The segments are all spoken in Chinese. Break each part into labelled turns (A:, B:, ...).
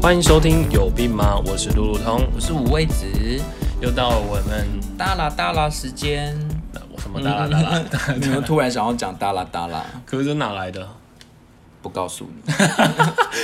A: 欢迎收听《有病吗》，我是路路通，
B: 我是五味子，
A: 又到了我们
B: 哒啦哒啦时间。
A: 呃我什么 哒啦哒
B: 嗯
A: 啦哒啦，
B: 你们突然想要讲哒啦哒啦，
A: 可是哪来的？
B: 不告诉你，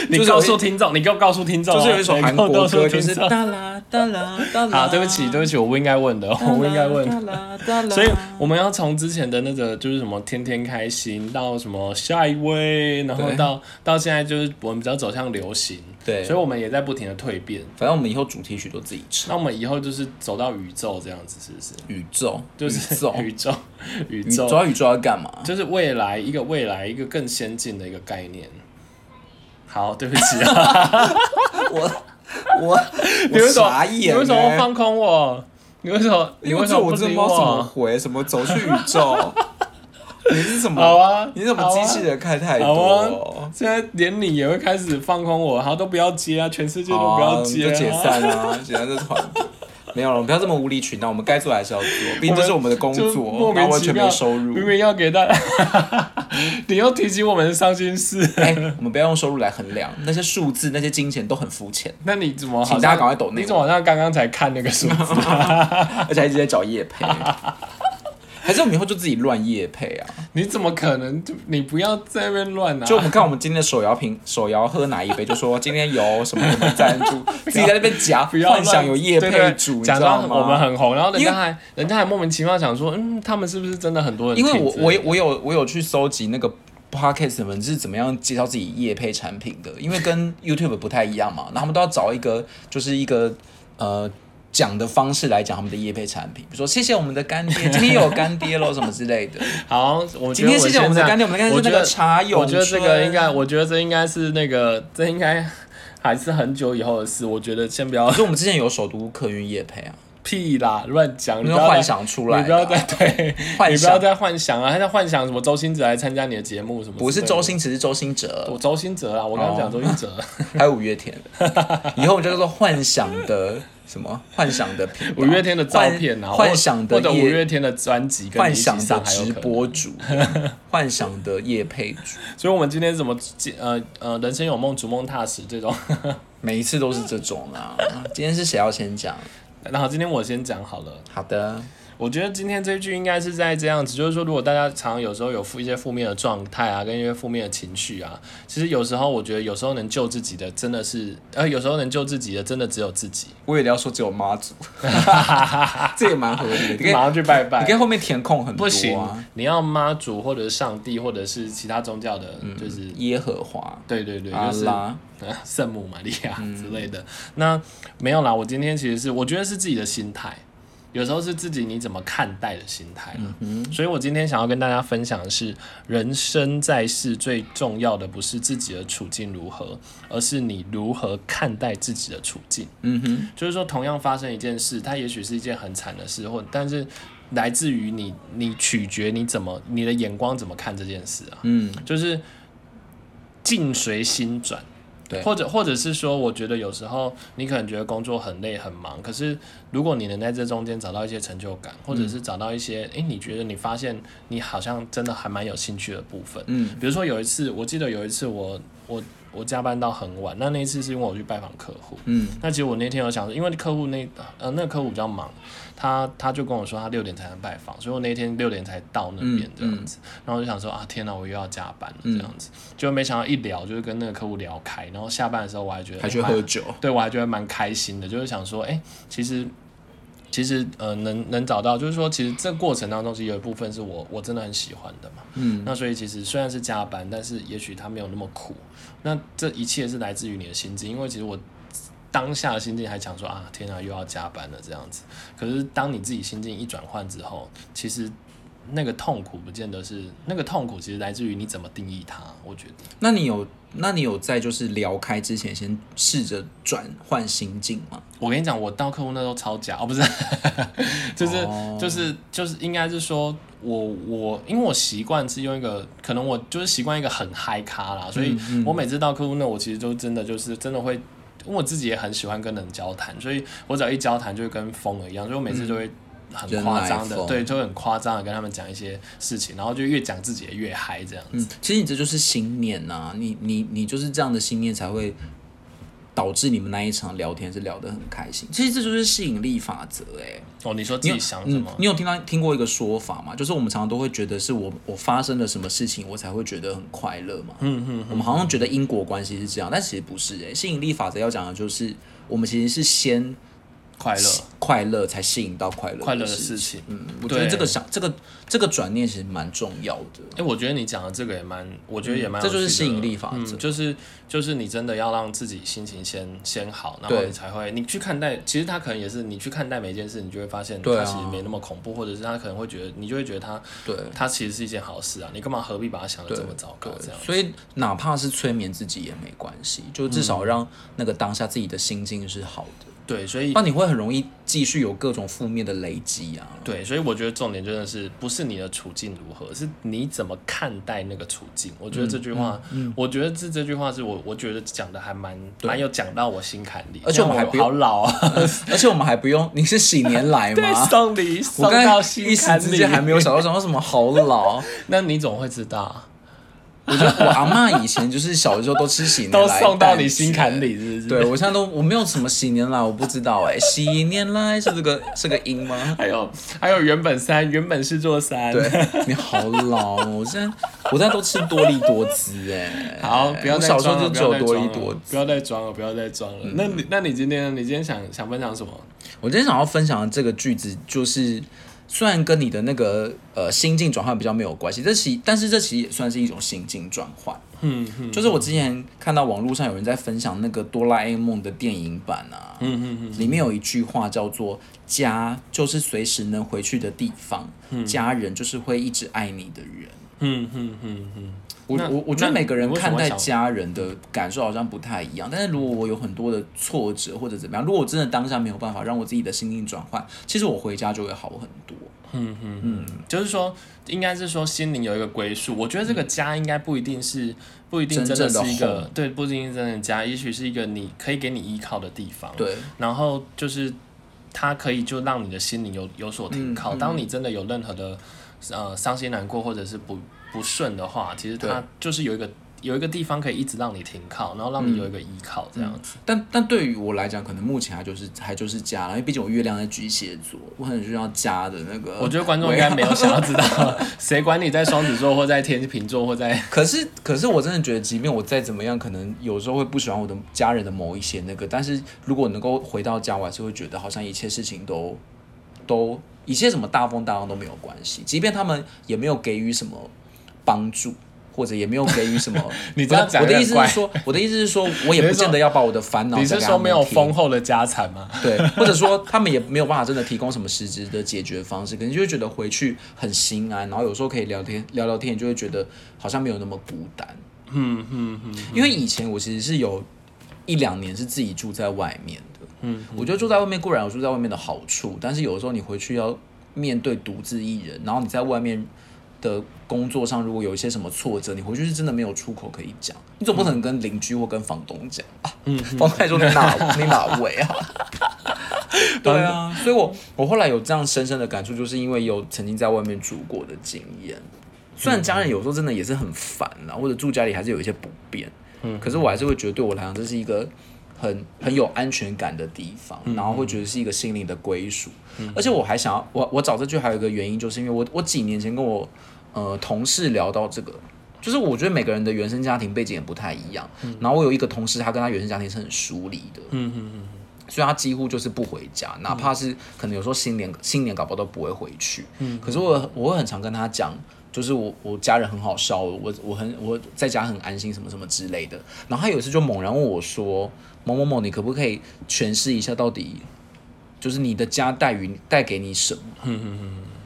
A: 你告诉听众，你给我告诉听众啊，
B: 就是有一首
A: 你
B: 韩
A: 给我
B: 国
A: 告诉
B: 歌，
A: 听
B: 就是
A: 众
B: 哒啦哒啦哒啦。
A: 啊，对不起，对不起，我不应该问的，我不应该问。
B: 哒啦哒啦。
A: 所以我们要从之前的那个就是什么天天开心到什么下一位，然后
B: 对
A: 到到现在就是我们比较走向流行，
B: 对
A: 所以我们也在不停的蜕变。
B: 反正我们以后主题曲都自己唱。
A: 那我们以后就是走到宇宙这样子，是不是？
B: 宇宙，
A: 就是
B: 宇宙，
A: 宇宙，宇
B: 宇宙，
A: 宙，
B: 宇宙要干嘛？
A: 就是未来一个未来一个更先进的一个概念。好，对不起啊，
B: 我我
A: 你为
B: 我
A: 什么
B: 傻眼
A: 你为什么
B: 欸
A: 放空我？你为什么？你
B: 因为
A: 为什
B: 这
A: 么
B: 我
A: 不啊
B: 真
A: 理
B: 的不知道怎么
A: 我？
B: 回，什么走去宇 宙，你是什么？
A: 啊好啊
B: 你怎么机器人看太
A: 好
B: 多
A: 啊？，现在连你也会开始放空我，然后都不要接啊，全世界都
B: 好
A: 不
B: 啊
A: 要接、
B: 就
A: 啊，
B: 解散 啊，解散这团。没有了，不要这么无理取闹，我们该做还是要做，毕竟这是我们的工
A: 就莫
B: 作，然
A: 名
B: 后完
A: 其
B: 全
A: 妙
B: 没收入
A: 明。明要给大家， 你又提起我们的伤心事，
B: 哎，我们不要用收入来衡量，那些数字、那些金钱都很 肤浅，
A: 那你怎么好
B: 请
A: 像？
B: 大家赶快抖内
A: 你怎么好像刚刚才看那个数字？
B: 而且还一直在找业 配。还是我们以后就自己乱业配啊？
A: 你怎么可能？就你不要在那边乱拿、
B: 就我们看我们今天的手摇瓶，手摇喝哪一杯，就说今天有什么什么赞 助，自己在那边夹，
A: 不要
B: 幻想有夜
A: 夜
B: 配主，你知
A: 假
B: 道
A: 装我们
B: 吗？
A: 很红，然后人
B: 因
A: 家
B: 为
A: 还人家还莫名其妙想说，嗯，他们是不是真的很多人
B: 因
A: 听之
B: 为
A: 类的？
B: 我我我有我有去搜集那个 podcast 你们是怎么样介绍自己夜配产品的，因为 跟 YouTube 不太一样嘛，然后他们都要找一个就是一个呃。讲的方式来讲他们的夜配产品，比如说谢谢我们的干爹，今天又有干爹喽什么之类的。
A: 好，我觉
B: 今
A: 得
B: 天谢谢我们的干爹，我们的干爹
A: 我
B: 是
A: 觉
B: 那
A: 得
B: 个茶友
A: 我觉得这个
B: 春
A: 应该，我觉得这应该是那个，这应该还是很久以后的事。我觉得先不要
B: 可是我们之前有首都客运夜配啊，
A: 屁啦，乱讲， 你
B: 那
A: 不
B: 个
A: 要再
B: 幻，想出来的啊，
A: 你不要再对，
B: 幻
A: 你不要
B: 想，
A: 再幻想啊！还在幻想什么周星哲来参加你的节目什么之类的？
B: 不是周星驰，是周星哲
A: 我，周星哲啊啦，我刚刚讲
B: 哦
A: 周星哲，
B: 还有五月天。 以后我就叫做幻想的什么？幻想的频道
A: 五月天的照片啊，
B: 幻幻想的
A: 或者五
B: 夜
A: 月天的专辑跟你
B: 幻
A: 一起
B: 想的
A: 上还有
B: 直
A: 可能
B: 播主， 幻想的夜配主，
A: 所以，我们今天怎么呃呃，人生有梦，逐梦踏实这种。
B: 每一次都是这种啊。今天是谁要先讲？
A: 然后，今天我先讲好了。
B: 好的，
A: 我觉得今天这句应该是在这样子，就是说，如果大家常常有时候有负一些负面的状态啊，跟一些负面的情绪啊，其实有时候我觉得有时候能救自己的真的是，呃，有时候能救自己的真的只有自己。
B: 我以为你要说只有 妈祖，这也蛮合理的。你可以
A: 马上去拜
B: 你
A: 拜
B: 可以，后面填空很多、啊，
A: 不行，你要妈祖或者是上帝或者是其他宗教的，就是
B: 耶和华。
A: 对对对，
B: 嗯阿
A: 就是
B: 拉
A: 呃圣母玛利亚之类的。那没有啦，我今天其实是我觉得是自己的心态，有时候是自己你怎么看待的心态啦。
B: 嗯
A: 所以我今天想要跟大家分享的是，人生在世最重要的不是自己的处境如何，而是你如何看待自己的处境。
B: 嗯哼，
A: 就是说，同样发生一件事，它也许是一件很惨的事，或但是来自于你，你取决你怎么你的眼光怎么看这件事啊。
B: 嗯，
A: 就是境随心转。
B: 对
A: 或者或者是说，我觉得有时候你可能觉得工作很累很忙，可是如果你能在这中间找到一些成就感，或者是找到一些，诶、你觉得你发现你好像真的还蛮有兴趣的部分，
B: 嗯，
A: 比如说有一次，我记得有一次我我我加班到很晚，那那一次是因为我去拜访客户，
B: 嗯，
A: 那其实我那天有想说，因为客户那呃那个客户比较忙，他他就跟我说他六点才能拜访，所以我那天六点才到那边
B: 嗯
A: 这样子，然后我就想说啊天哪，我又要加班了这样子，就没想到一聊就是跟那个客户聊开，然后下班的时候我还觉得
B: 还
A: 哎
B: 去
A: 蛮
B: 喝酒。
A: 对我还觉得蛮开心的，就是想说，哎、其实其实呃，能能找到，就是说，其实这过程当中，其实有一部分是我我真的很喜欢的嘛。嗯，那所以其实虽然是加班，但是也许他没有那么苦。那这一切是来自于你的心境，因为其实我。当下的心境还想说啊，天啊，又要加班了这样子。可是当你自己心境一转换之后，其实那个痛苦不见得是那个痛苦，其实来自于你怎么定义它。我觉得。
B: 那你有，那你有在就是聊开之前，先试着转换心境吗？
A: 我跟你讲，我到客户那时候超假哦，不是， 就是、
B: 哦嗯
A: 就是就是应该是说我我因为我习惯是用一个，可能我就是习惯一个很嗨咖啦，所以
B: 嗯
A: 我每次到客户那，我其实就真的就是真的会。因为我自己也很喜欢跟人交谈，所以我只要一交谈就会跟疯了一样，所以我每次就
B: 嗯
A: 会很
B: 人
A: 夸
B: 来
A: 张的，
B: 疯
A: 对，就会很夸张的跟他们讲一些事情，然后就越讲自己也越嗨这样子。
B: 嗯，其实你这就是心念呐、你你你就是这样的心念才会导致你们那一场聊天是聊得很开心。其实这就是吸引力法则、哎，
A: 哦，你说自己想什
B: 嗯
A: 么，？
B: 你有听到听过一个说法吗？就是我们常常都会觉得是我我发生了什么事情，我才会觉得很快乐嘛。嗯嗯，我们好像觉得因果关系是这样，但其实不是、哎，吸引力法则要讲的就是我们其实是先
A: 快乐，
B: 快乐才吸引到快乐
A: 快乐的
B: 事
A: 事
B: 情。
A: 情。
B: 嗯，我觉得
A: 对
B: 这个想这个这个转念其实蛮重要的。
A: 哎、我觉得你讲的这个也蛮，我觉得也蛮
B: 嗯这
A: 有趣的、
B: 就是吸引力法则
A: 嗯就是就是你真的要让自己心情先先好，然后
B: 对
A: 你才会你去看待，其实他可能也是你去看待每件事，你就会发现
B: 对啊
A: 它其实没那么恐怖，或者是他可能会觉得你就会觉得它
B: 对，
A: 它其实是一件好事啊，你干嘛何必把它想的
B: 对
A: 这么糟糕
B: 对
A: 这样？
B: 所以哪怕是催眠自己也没关系，就至
A: 嗯
B: 少让那个当下自己的心境是好的，
A: 对，所以
B: 那、你会很容易继续有各种负面的累积啊。
A: 对，所以我觉得重点真的是不是你的处境如何，是你怎么看待那个处境。我觉得这
B: 嗯
A: 句话，我觉得这这句话是我我觉得讲的还蛮蛮有讲到我心坎里，
B: 而且我们
A: 因为
B: 还不用
A: 好老啊，
B: 而且我们还不用，你是喜年来 吗？
A: 送礼
B: 我
A: 送
B: 刚
A: 到
B: 才
A: 心
B: 一时
A: 坎
B: 之间还
A: 里。
B: 没有想到想到什么好老，
A: 那你总会知道啊，
B: 我觉得我阿嬷以前就是小的时候都吃喜年
A: 都
B: 来，
A: 送到你心坎。里，是不是？
B: 对，我现在都我没有什么喜年来，我不知道哎、喜年来是这个是个音吗？
A: 还有还有原本三，原本是座三。
B: 对，你好老哦！我现在我现在都吃多利多滋哎。
A: 好，不要
B: 我
A: 再
B: 小时
A: 装
B: 候
A: 了
B: 就只有多嗯利
A: 利
B: 多
A: 不要再装了，不要再装了。那你那你今天你今天想想分享什么？
B: 我今天想要分享的这个句子，就是虽然跟你的那个呃心境转换比较没有关系，这其但是这其实也算是一种心境转换。
A: 嗯嗯
B: 就是我之前看到网络上有人在分享那个哆啦 A 梦的电影版啊，嗯嗯嗯，里面有一句话叫做“家就是随时能回去的地方，家人就是会一直爱你的人”。
A: 嗯嗯嗯嗯，
B: 我
A: 那
B: 我我觉得
A: 那
B: 每个人
A: 你为什
B: 看
A: 么
B: 待
A: 想
B: 家人的感受好像不太一样，但是如果我有很多的挫折或者怎么样，如果我真的当下没有办法让我自己的心境转换，其实我回家就会好很多。
A: 嗯
B: 嗯
A: 就是说，应该是说心灵有一个归宿。我觉得这个家应该不一定是不一定真的是一
B: 真正的
A: 个对，不一定是真的家，也许是一个你可以给你依靠的地方。
B: 对，
A: 然后就是它可以就让你的心灵有有所
B: 嗯
A: 停靠。当你真的有任何的呃伤心难过或者是不不顺的话，其实它
B: 对
A: 就是有一个有一个地方可以一直让你停靠，然后
B: 嗯
A: 让你有一个依靠这样子。
B: 但但对于我来讲，可能目前还就是还就是家啦，因为毕竟我月亮在巨蟹座，我很需要家的那个。
A: 我觉得观众应该没有想要知道， 谁管你在双子座或在天秤座或在
B: 可是，可是我真的觉得，即便我再怎么样，可能有时候会不喜欢我的家人的某一些那个，但是如果能够回到家，我还是会觉得好像一切事情都都一切什么大风大浪都没有关系，即便他们也没有给予什么帮助。或者也没有给予什么，
A: 你这样
B: 不是
A: 讲
B: 我的
A: 有
B: 意
A: 点
B: 思
A: 怪
B: 是说，我的意思是说，我
A: 你
B: 也不
A: 是说
B: 见得要把我的烦恼。
A: 你是说没有丰？厚的家产吗？
B: 对，或者说他们也没有办法真的提供什么实质的解决方式，可能就会觉得回去很心安，然后有时候可以聊天聊聊天，就会觉得好像没有那么孤单。
A: 嗯嗯嗯，
B: 因为以前我其实是有一两年是自己住在外面的，嗯，我觉得住在外面固然有住在外面的好处，但是有的时候你回去要面对独自一人，然后你在外面的工作上如果有一些什么挫折，你回去是真的没有出口可以讲，你总不能跟邻居或跟房东讲啊，房东还说你哪你哪位 啊？对啊，所以我我后来有这样深深的感触，就是因为有曾经在外面住过的经验。虽然家人有时候真的也是很烦啦，或者住家里还是有一些不便，嗯，可是我还是会觉得对我来讲这是一个很很有安全感的地方，然后会觉得是一个心灵的归属。而且我还想要，我我找这句还有一个原因，就是因为我我几年前跟我呃同事聊到这个。就是我觉得每个人的原生家庭背景也不太一样，然后我有一个同事，他跟他原生家庭是很疏离的，
A: 嗯嗯嗯，
B: 所以他几乎就是不回家，哪怕是可能有时候新年新年搞不好都不会回去。嗯，可是我我会很常跟他讲，就是我我家人很好笑，我我很我在家很安心什么什么之类的。然后他有一次就猛然问我说：“某某某，你可不可以诠释一下到底就是你的家带予带给你什么？”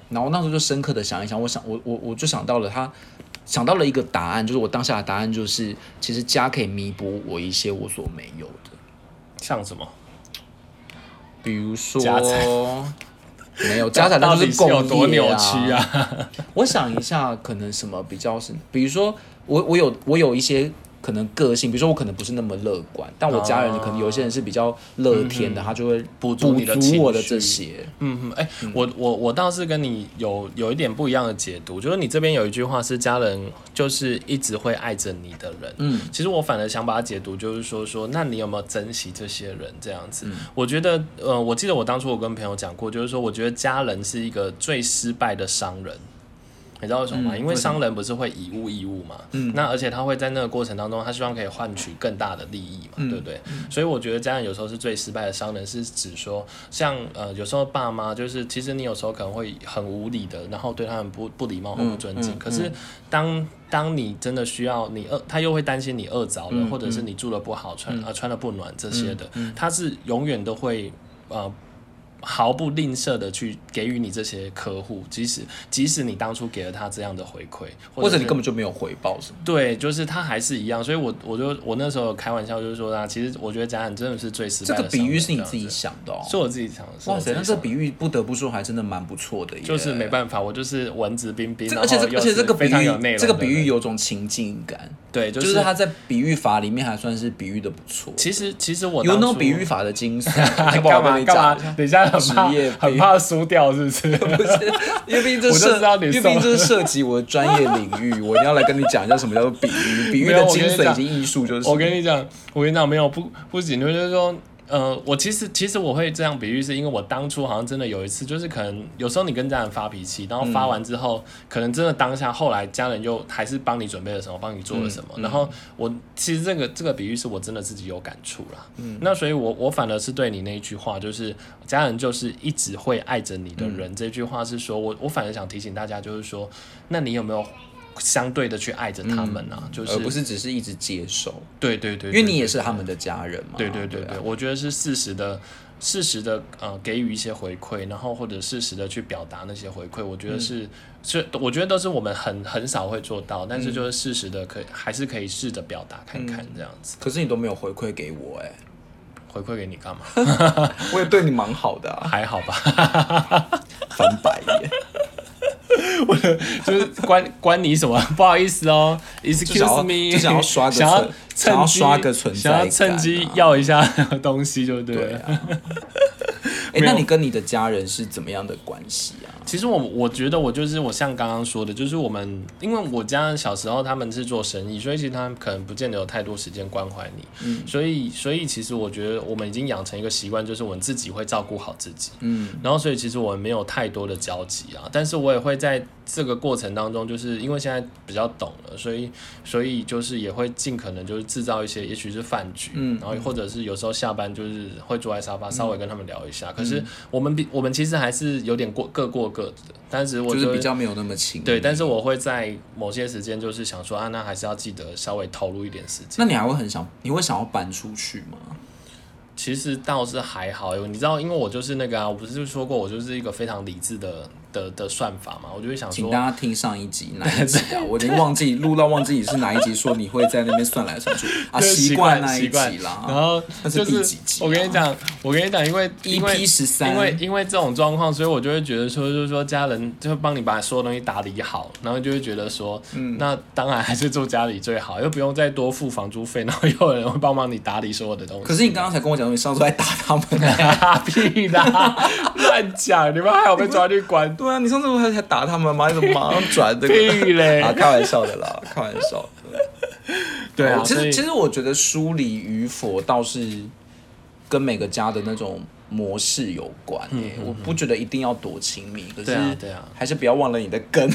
B: 然后那时候就深刻的想一想，我想我我我就想到了他。想到了一个答案，就是我当下的答案就是，其实家可以弥补我一些我所没有的。
A: 像什么？
B: 比如说
A: 家产，
B: 没 有家产，
A: 到
B: 那
A: 底
B: 就是共业、啊、
A: 有多扭曲！啊？
B: 我想一下，可能什么比较是，比如说我我有我有一些可能个性，比如说我可能不是那么乐观，但我家人可能有些人是比较乐天的，他就会
A: 补足
B: 嗯足
A: 你的情
B: 我的
A: 绪
B: 这些。
A: 嗯哼，哎、我我我倒是跟你有有一点不一样的解读，就是你这边有一句话是家人就是一直会爱着你的人，
B: 嗯，
A: 其实我反而想把它解读，就是说说，那你有没有珍惜这些人这样子？
B: 嗯
A: 我觉得，呃，我记得我当初我跟朋友讲过，就是说，我觉得家人是一个最失败的商人。你知道为什么吗？
B: 嗯
A: 因为
B: 为什么嗯
A: 商人不是会以物易物嘛，那而且他会在那个过程当中，他希望可以换取更大的利益嘛，
B: 嗯
A: 对不对？所以我觉得家人有时候是最失败的商人，是指说像呃，有时候爸妈就是，其实你有时候可能会很无理的，然后对他们不不礼貌或不尊敬，
B: 嗯嗯
A: 可是当当你真的需要你饿，他又会担心你饿着了，
B: 嗯
A: 或者是你住的不好，穿啊、呃穿的不暖这些的，他是永远都会呃毫不吝啬的去给予你这些客户，即使即使你当初给了他这样的回馈，
B: 或者
A: 是
B: 你根本就没有回报什么。
A: 对，就是他还是一样，所以我我就我那时候有开玩笑就是说啊，其实我觉得家长真的是最失
B: 这
A: 败的
B: 个
A: 商人。
B: 比喻是你
A: 这
B: 自己
A: 样子，
B: 想的哦。
A: 是我自己想的。是我
B: 哇塞，
A: 自己
B: 那这
A: 想的
B: 比喻不得不说还真的蛮不错的耶。
A: 就是没办法，我就是文质彬彬，
B: 这
A: 然
B: 而且
A: 后
B: 这
A: 又
B: 而且
A: 是
B: 这个比
A: 非常有内
B: 喻
A: 容，
B: 这个
A: 的
B: 比
A: 人
B: 喻有种情境感，
A: 对，
B: 就是是它在比喻法里面还算是比喻的不错。
A: 其实其实我
B: 有
A: 当
B: 那种
A: 初
B: 比喻法的 精髓，要
A: 干
B: 不然
A: 嘛
B: 我跟
A: 干
B: 你讲一
A: 嘛？等
B: 下。
A: 一下很怕
B: 职业病
A: 很怕输掉，是不是？
B: 不是，因为毕竟这
A: 我就
B: 涉
A: 知道，你
B: 因为
A: 说
B: 毕竟这是涉及我的专业领域，我一定要来跟你讲一下什么叫做比喻，比喻
A: 没有
B: 的
A: 我
B: 精
A: 跟你
B: 髓以
A: 讲
B: 及艺术就是。
A: 我跟你讲，我跟你讲，没有不不仅就是说。呃，我其实其实我会这样比喻，是因为我当初好像真的有一次，就是可能有时候你跟家人发脾气，然后发
B: 嗯
A: 完之后，可能真的当下后来家人又还是帮你准备了什么，帮你做了什
B: 嗯
A: 么。然后我其实这个这个比喻是我真的自己有感触啦。嗯，那所以我我反而是对你那一句话，就是家人就是一直会爱着你的
B: 嗯
A: 人、这句话是说我我反而想提醒大家，就是说，那你有没有相对的去爱着他们啊？就是
B: 嗯而不是只是一直接受，
A: 对对对，
B: 因为
A: 对
B: 你也是他们的家人嘛。
A: 对对对
B: 啊
A: 对，我觉得是适时的、适时的呃给予一些回馈，然后或者适时的去表达那些回馈，我觉
B: 嗯
A: 得是、是，我觉得都是我们很很少会做到，
B: 嗯
A: 但是就是适时的可以还是可以试着表达看看这样子，
B: 可是你都没有回馈给我，哎，
A: 回馈给你 干嘛？
B: 我也对你蛮好的啊，
A: 还好吧，
B: 翻白眼。
A: 就是关关你什么？ 不好意思哦
B: 就想要
A: ，excuse me，
B: 就想要刷个
A: 想要
B: 存
A: 趁
B: 想要
A: 机
B: 刷个存在
A: 想要趁
B: 感
A: 机
B: 啊
A: 要一下东西就对了。
B: 对啊。 哎、那你跟你的家人是怎么样的关系啊？
A: 其实我我觉得我就是我像刚刚说的，就是我们因为我家人小时候他们是做生意，所以其实他们可能不见得有太多时间关怀你，所以所以其实我觉得我们已经养成一个习惯，就是我们自己会照顾好自己，嗯，然后所以其实我们没有太多的交集啊，但是我也会在这个过程当中，就是因为现在比较懂了，所以所以就是也会尽可能就是制造一些，也许是饭局，
B: 嗯
A: 然后或者是有时候下班就是会坐在沙发稍微跟他们聊一
B: 嗯
A: 下，可是我们比我们其实还是有点过各过各的，但是我
B: 就
A: 觉
B: 是
A: 得
B: 比较没有那么亲。
A: 对，但是我会在某些时间就是想说啊，那还是要记得稍微投入一点时间。
B: 那你还会很想，你会想要搬出去吗？
A: 其实倒是还好，你知道，因为我就是那个啊，我不是说过我就是一个非常理智的的的算法嘛，我就会想
B: 请
A: 说，
B: 大家听上一集哪一集 啊？我已经忘记录到忘记你是哪一集，说你会在那边算来算去啊，
A: 对
B: 习
A: 习
B: 惯
A: 惯
B: 那一
A: 习惯
B: 集
A: 然
B: 啦。
A: 后
B: 那是
A: 就
B: 第几集啊 E
A: 我跟你讲，我跟你讲，因为因为
B: EP13
A: 因为因为这种状况，所以我就会觉得说，就是说家人就会帮你把所有东西打理好，然后就会觉得说，嗯，那当然还是住家里最好，又不用再多付房租费，然后又有人会帮忙你打理所有的东西。
B: 可是你刚刚才跟我讲说你上次还打他们、欸，
A: 屁的， 乱讲！你们还有被抓去关？
B: 对啊，你上次不还还打他们吗？你怎么马上转 这个？
A: 屁嘞
B: 啊，！开玩笑的啦， 开玩笑的。
A: 对啊，
B: 其
A: 所
B: 实
A: 以
B: 其实我觉得疏离与否倒是跟每个家的那种模式有关、欸。我不觉得一定要多亲密，可
A: 对
B: 是
A: 啊对啊
B: 还是不要忘了你的 根。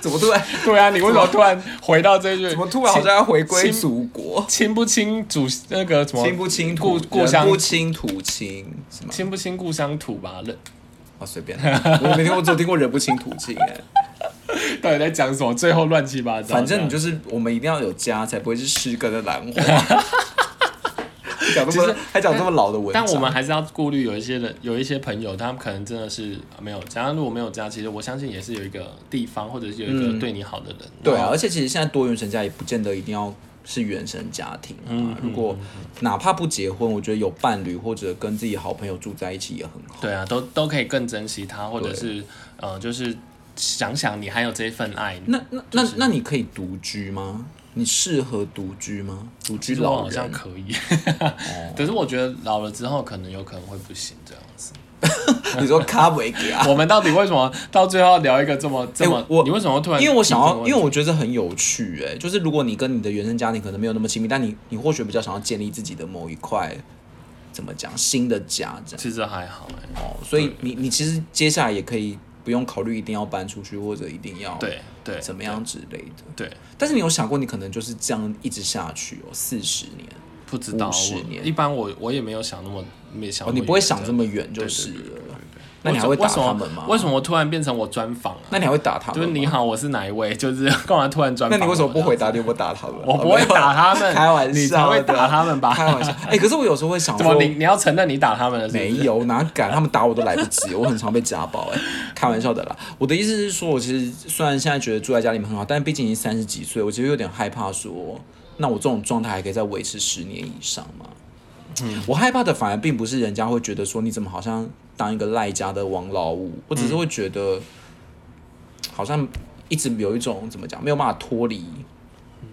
B: 怎么突然
A: 对啊，你为什么突然回到这一句？
B: 怎么突然好像要回归
A: 亲
B: 祖国？
A: 亲不亲祖那个什么
B: 亲不亲
A: 故
B: 土
A: 故
B: 人
A: 乡
B: 不亲土亲是吗？
A: 亲不亲故乡土吧？人
B: 啊，随 便，我没听过，只有听过人不亲土亲、欸。
A: 到底在讲什么？最后乱七八糟。
B: 反正你
A: 这样
B: 就是我们一定要有家，才不会是失根的 兰花。讲这么还讲这么老的文章，
A: 但我们还是要顾虑有一些人，有一些朋友，他们可能真的是啊没有家。如果没有家，其实我相信也是有一个地方，或者是有一个对你好的人。
B: 嗯对
A: 然
B: 啊，
A: 后
B: 而且其实现在多元成家也不见得一定要是原生家庭啊。
A: 嗯
B: 如果哪怕不结婚，我觉得有伴侣或者跟自己好朋友住在一起也很好。
A: 对啊，都都可以更珍惜他，或者是呃，就是想想你还有这一份爱。
B: 那那那那你可以独居吗？你适合独居吗？独居
A: 其实我
B: 老
A: 好像
B: 人，哦
A: 可以， 可是我觉得老了之后可能有可能会不行这样子。
B: 你说卡维给啊？
A: 我们到底为什么到最后聊一个这么这么？
B: 哎我
A: 你为什么会突然？
B: 因为我想要，因为我觉得这很有趣、哎，就是如果你跟你的原生家庭可能没有那么亲密，但你你或许比较想要建立自己的某一块，怎么讲，新的家这样
A: 其实还好哎、
B: 哦，所以你你其实接下来也可以不用考虑一定要搬出去或者一定要
A: 对对，
B: 怎么样之类的。
A: 对？对，
B: 但是你有想过，你可能就是这样一直下去哦，四十年
A: 不知道。
B: 50
A: 我
B: 年
A: 一般我我也没有想那么没想
B: 哦，
A: 那么远、
B: 你不会想这
A: 么
B: 么远
A: 对
B: 就是
A: 对对对
B: 了。
A: 对
B: 那你还会
A: 为
B: 打
A: 什
B: 他
A: 么
B: 们吗？
A: 为什么突然变成我专访啊？
B: 那你还会打他们
A: 就
B: 吗？
A: 是你好，我是哪一位？就是干嘛突然专
B: 那
A: 访？
B: 你为什么不回？哦答？你有没有打他们？
A: 啊我不会打他们，
B: 开玩笑的
A: 你才会打他们吧？
B: 开玩笑。哎、可是我有时候会想
A: 怎么
B: 说，
A: 你你要承认你打他们了是不是？
B: 没有哪敢，他们打我都来不及，我很常被家暴、哎，开玩笑的啦。我的意思是说，我其实虽然现在觉得住在家里面很好，但毕竟已经三十几岁，我其实有点害怕说，那我这种状态还可以再维持十年以上吗？我害怕的反而并不是人家会觉得说你怎么好像当一个赖家的王老五，我只是会觉得好像一直有一种怎么讲没有办法脱离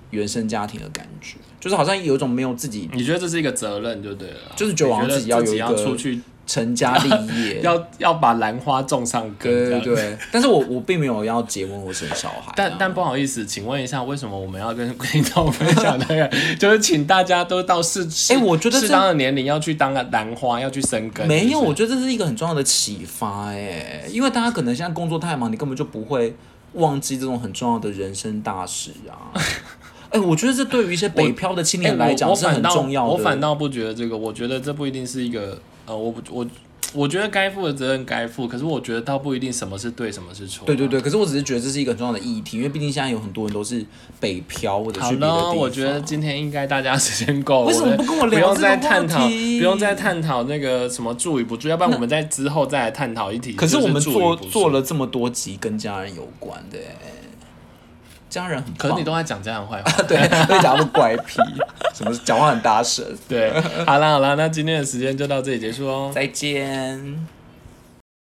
B: 原生家庭的感觉，就是好像有一种没有自己
A: 你觉得这是一个责任就对了啊，
B: 就是觉得好像
A: 你自
B: 自己要有
A: 己
B: 一
A: 要
B: 个
A: 出去，
B: 成家立业，
A: 要要把兰花种上根
B: 对
A: 这
B: 对
A: 样。
B: 对， 但是我我并没有要结婚或生小孩啊、
A: 但但不好意思，请问一下，为什么我们要跟听众分享那个？ 就是请大家都到适适，
B: 哎我觉得这
A: 适当的年龄要去当个兰花，要去生根。
B: 没有，
A: 是不哎
B: 我
A: 是
B: 觉得这是一个很重要的启发哎，因为大家可能现在工作太忙，你根本就不会忘记这种很重要的人生大事啊。哎，我觉得这对于一些北漂的青
A: 哎
B: 年来讲
A: 我
B: 是很重要的。
A: 我反倒。我反倒不觉得这个，我觉得这不一定是一个呃，我不我我觉得该负的责任该负，可是我觉得倒不一定什么是对，什么是错。
B: 对对对，可是我只是觉得这是一个很重要的议题，因为毕竟现在有很多人都是北漂或者
A: 好
B: 去别的地
A: 了，
B: 方。
A: 我觉得今天应该大家时间够了，
B: 为什么不跟我聊
A: 不用
B: 这个
A: 再探讨，
B: 话
A: 不
B: 题
A: 用再探讨那个什么住与不住，要不然我们在之后再来探讨一题。
B: 可是
A: 就
B: 我们
A: 住与
B: 做
A: 不住
B: 做，了这么多集跟家人有关的哎，家人很棒。
A: 可是你都在讲这样的坏话。
B: 对，会讲他们怪癖，什么讲话很大声。
A: 对，好啦好啦，那今天的时间就到这里结束哦。
B: 再见。